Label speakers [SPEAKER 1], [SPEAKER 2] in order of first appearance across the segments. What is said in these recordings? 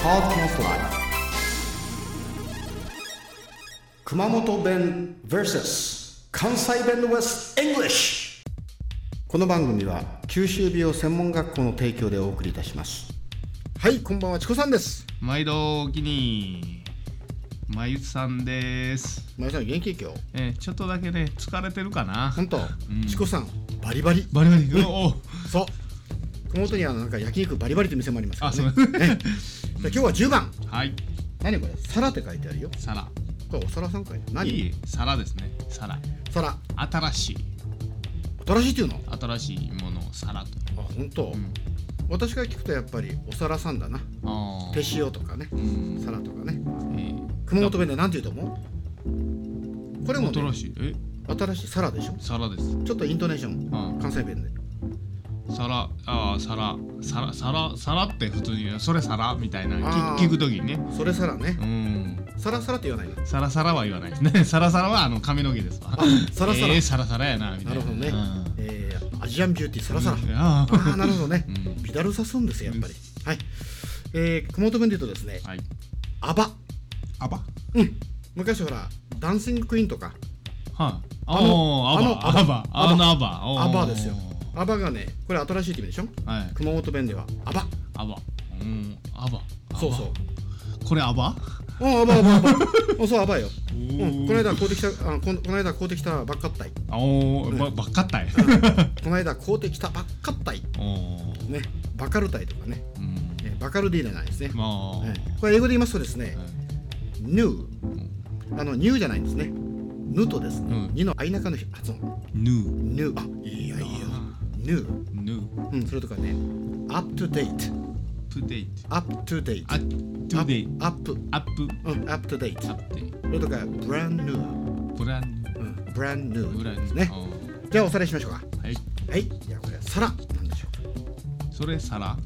[SPEAKER 1] Podcast Live 熊本弁 vs 関西弁 vs English この番組は九州美容専門学校の提供でお送りいたしますはいこんばんはチコさんです
[SPEAKER 2] 毎度お気にまゆさんです
[SPEAKER 1] まゆさん元気今日
[SPEAKER 2] えーちょっとだけね疲れてるかな
[SPEAKER 1] 本当、チコさんバリバリ
[SPEAKER 2] バリバリおお
[SPEAKER 1] そう熊本にはなんか焼肉バリバリって店もあります
[SPEAKER 2] あ
[SPEAKER 1] か
[SPEAKER 2] そ
[SPEAKER 1] ら
[SPEAKER 2] う
[SPEAKER 1] ねじゃあ今日は10番
[SPEAKER 2] はい
[SPEAKER 1] 何これ皿って書いてあるよ
[SPEAKER 2] 皿
[SPEAKER 1] これお皿さんかい何
[SPEAKER 2] いい皿ですね皿
[SPEAKER 1] 皿
[SPEAKER 2] 新しい
[SPEAKER 1] 新しいっていうの
[SPEAKER 2] 新しいものを皿と
[SPEAKER 1] あ本当、
[SPEAKER 2] ん
[SPEAKER 1] 私が聞くとやっぱりお皿さんだな
[SPEAKER 2] あ
[SPEAKER 1] 手塩とかね
[SPEAKER 2] うん
[SPEAKER 1] 皿とかね
[SPEAKER 2] え
[SPEAKER 1] 熊本弁でなんて言うと思うこれもね、
[SPEAKER 2] ー、新しいえ
[SPEAKER 1] 新しい皿でしょ
[SPEAKER 2] 皿です
[SPEAKER 1] ちょっとイントネーション
[SPEAKER 2] あ
[SPEAKER 1] 関西弁で
[SPEAKER 2] 皿あー皿皿皿皿って普通に言うそれ皿みたいな
[SPEAKER 1] あー
[SPEAKER 2] 聞聞くときにね
[SPEAKER 1] それ皿ね
[SPEAKER 2] うん
[SPEAKER 1] 皿皿って言わないの
[SPEAKER 2] サラサラは言わないですね。 サラサラはあの髪の毛です わ。
[SPEAKER 1] サラサラ
[SPEAKER 2] えー、サラサラやなみた
[SPEAKER 1] ないる
[SPEAKER 2] な。
[SPEAKER 1] ほどね、
[SPEAKER 2] うん
[SPEAKER 1] えーアジアンビューティー皿皿、
[SPEAKER 2] うん
[SPEAKER 1] あ
[SPEAKER 2] あ
[SPEAKER 1] あ
[SPEAKER 2] ー
[SPEAKER 1] ーなるほどね、
[SPEAKER 2] うん
[SPEAKER 1] ビダルサすんですよやっぱりはいえー、熊本弁で言うとですね
[SPEAKER 2] はい。
[SPEAKER 1] アバ
[SPEAKER 2] アバ。はい。
[SPEAKER 1] うん昔ほらダンシングクイーンとか
[SPEAKER 2] あ
[SPEAKER 1] あの
[SPEAKER 2] あの
[SPEAKER 1] あの
[SPEAKER 2] アバ。アバ。
[SPEAKER 1] アバ
[SPEAKER 2] あのアバ。おー
[SPEAKER 1] アバですよアバがねこれ新しいって意味でしょ
[SPEAKER 2] はい。
[SPEAKER 1] 熊本弁ではアバ
[SPEAKER 2] アバ。うん。アバ。
[SPEAKER 1] そうそう
[SPEAKER 2] これアバ？
[SPEAKER 1] うん、あばあばあば。あ、 そう、あばよ。うん、
[SPEAKER 2] おー
[SPEAKER 1] この間買うてきた、あの、こんこの間買うてきたばっかったい。
[SPEAKER 2] おお。ばばっかったい。
[SPEAKER 1] この間買うてきたばっかったい。
[SPEAKER 2] おお。
[SPEAKER 1] ね、バカルタイとかね、
[SPEAKER 2] うん。
[SPEAKER 1] えバカルディーナなんですね。
[SPEAKER 2] まあ。
[SPEAKER 1] えこれ英語で言いますとですね、ヌー。あの、ニューじゃないんですね。ヌとですね、
[SPEAKER 2] うん
[SPEAKER 1] ニの相中の発音。
[SPEAKER 2] ヌー。
[SPEAKER 1] ヌー、あ、いいや、いいや。ヌー、
[SPEAKER 2] ヌー。
[SPEAKER 1] うん、それとかね、アップデート、
[SPEAKER 2] プデイト。
[SPEAKER 1] アップデート、
[SPEAKER 2] アットゥデイ。
[SPEAKER 1] アップ、
[SPEAKER 2] アップ。
[SPEAKER 1] うん、アップデー
[SPEAKER 2] ア
[SPEAKER 1] ト。
[SPEAKER 2] ップデイ。
[SPEAKER 1] それとか、ブランヌー、
[SPEAKER 2] ブラン
[SPEAKER 1] うん、ブランヌ
[SPEAKER 2] ド。ブラ
[SPEAKER 1] ー
[SPEAKER 2] ン
[SPEAKER 1] です
[SPEAKER 2] ド。
[SPEAKER 1] ね。
[SPEAKER 2] おー
[SPEAKER 1] じゃあ、おさらいしましょうか。
[SPEAKER 2] はい。
[SPEAKER 1] はい、じゃあこれは皿なんでしょうか。
[SPEAKER 2] それ皿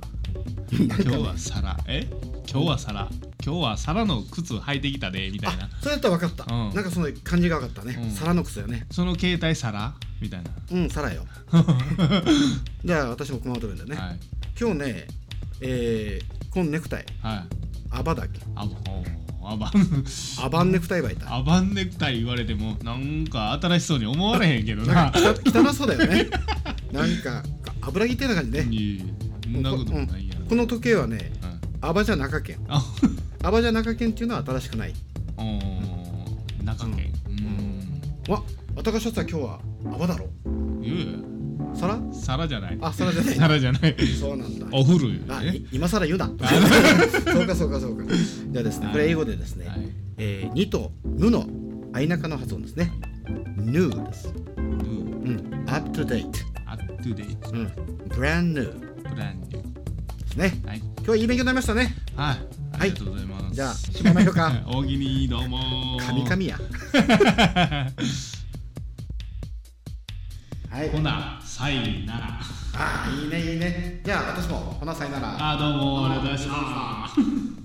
[SPEAKER 2] 今日は皿え今日は皿今日は皿の靴履いてきたでみたいな
[SPEAKER 1] あ、それだったら分かった。
[SPEAKER 2] うん
[SPEAKER 1] なんかその感じが分かったね。
[SPEAKER 2] うん
[SPEAKER 1] 皿の靴よね。
[SPEAKER 2] その携帯皿 みたいな、
[SPEAKER 1] うん、皿よ。じゃあ私も熊本弁でね。
[SPEAKER 2] はい
[SPEAKER 1] 今日ね、えー、このネクタイ、
[SPEAKER 2] はい
[SPEAKER 1] アバだっけ。
[SPEAKER 2] あばおーあば
[SPEAKER 1] アバンネクタイばいた。
[SPEAKER 2] アバンネクタイ言われてもなんか新しそうに思われへんけど
[SPEAKER 1] なん
[SPEAKER 2] な
[SPEAKER 1] か汚汚そうだよ ね。なんか油切ってな感じね。
[SPEAKER 2] いいそんなこともないやろ
[SPEAKER 1] うんこの時計はね、
[SPEAKER 2] はい
[SPEAKER 1] アバじゃ中堅。
[SPEAKER 2] あ
[SPEAKER 1] アバじゃ中堅っていうのは新しくない。
[SPEAKER 2] おー中堅うん
[SPEAKER 1] わ、私たちは今日はアバだろ。
[SPEAKER 2] い
[SPEAKER 1] 皿
[SPEAKER 2] や皿じゃない
[SPEAKER 1] あ、皿じゃない。
[SPEAKER 2] 皿じゃない
[SPEAKER 1] そうなんだ。
[SPEAKER 2] お風呂
[SPEAKER 1] あ、
[SPEAKER 2] ね
[SPEAKER 1] い今更言うな。 そうかそうかそうか。じゃあですね、これ英語でですね、
[SPEAKER 2] はい
[SPEAKER 1] えー、にとぬの相中の発音ですね。new です。
[SPEAKER 2] うん
[SPEAKER 1] うん。up to date。
[SPEAKER 2] アットゥデイ
[SPEAKER 1] うん。brand new
[SPEAKER 2] ブランド
[SPEAKER 1] ですね。
[SPEAKER 2] はい
[SPEAKER 1] 今日はいい勉強になりましたね。
[SPEAKER 2] は
[SPEAKER 1] は
[SPEAKER 2] い、あ
[SPEAKER 1] い
[SPEAKER 2] りがとうございます。
[SPEAKER 1] じゃあ締めましょ うか
[SPEAKER 2] 大喜利どうもー。
[SPEAKER 1] 神々や。はい。
[SPEAKER 2] ほな、さいなら。
[SPEAKER 1] あー、いいねいいね。じゃあ私も、ほなさいなら。
[SPEAKER 2] あ、どうも、ありがとうございました。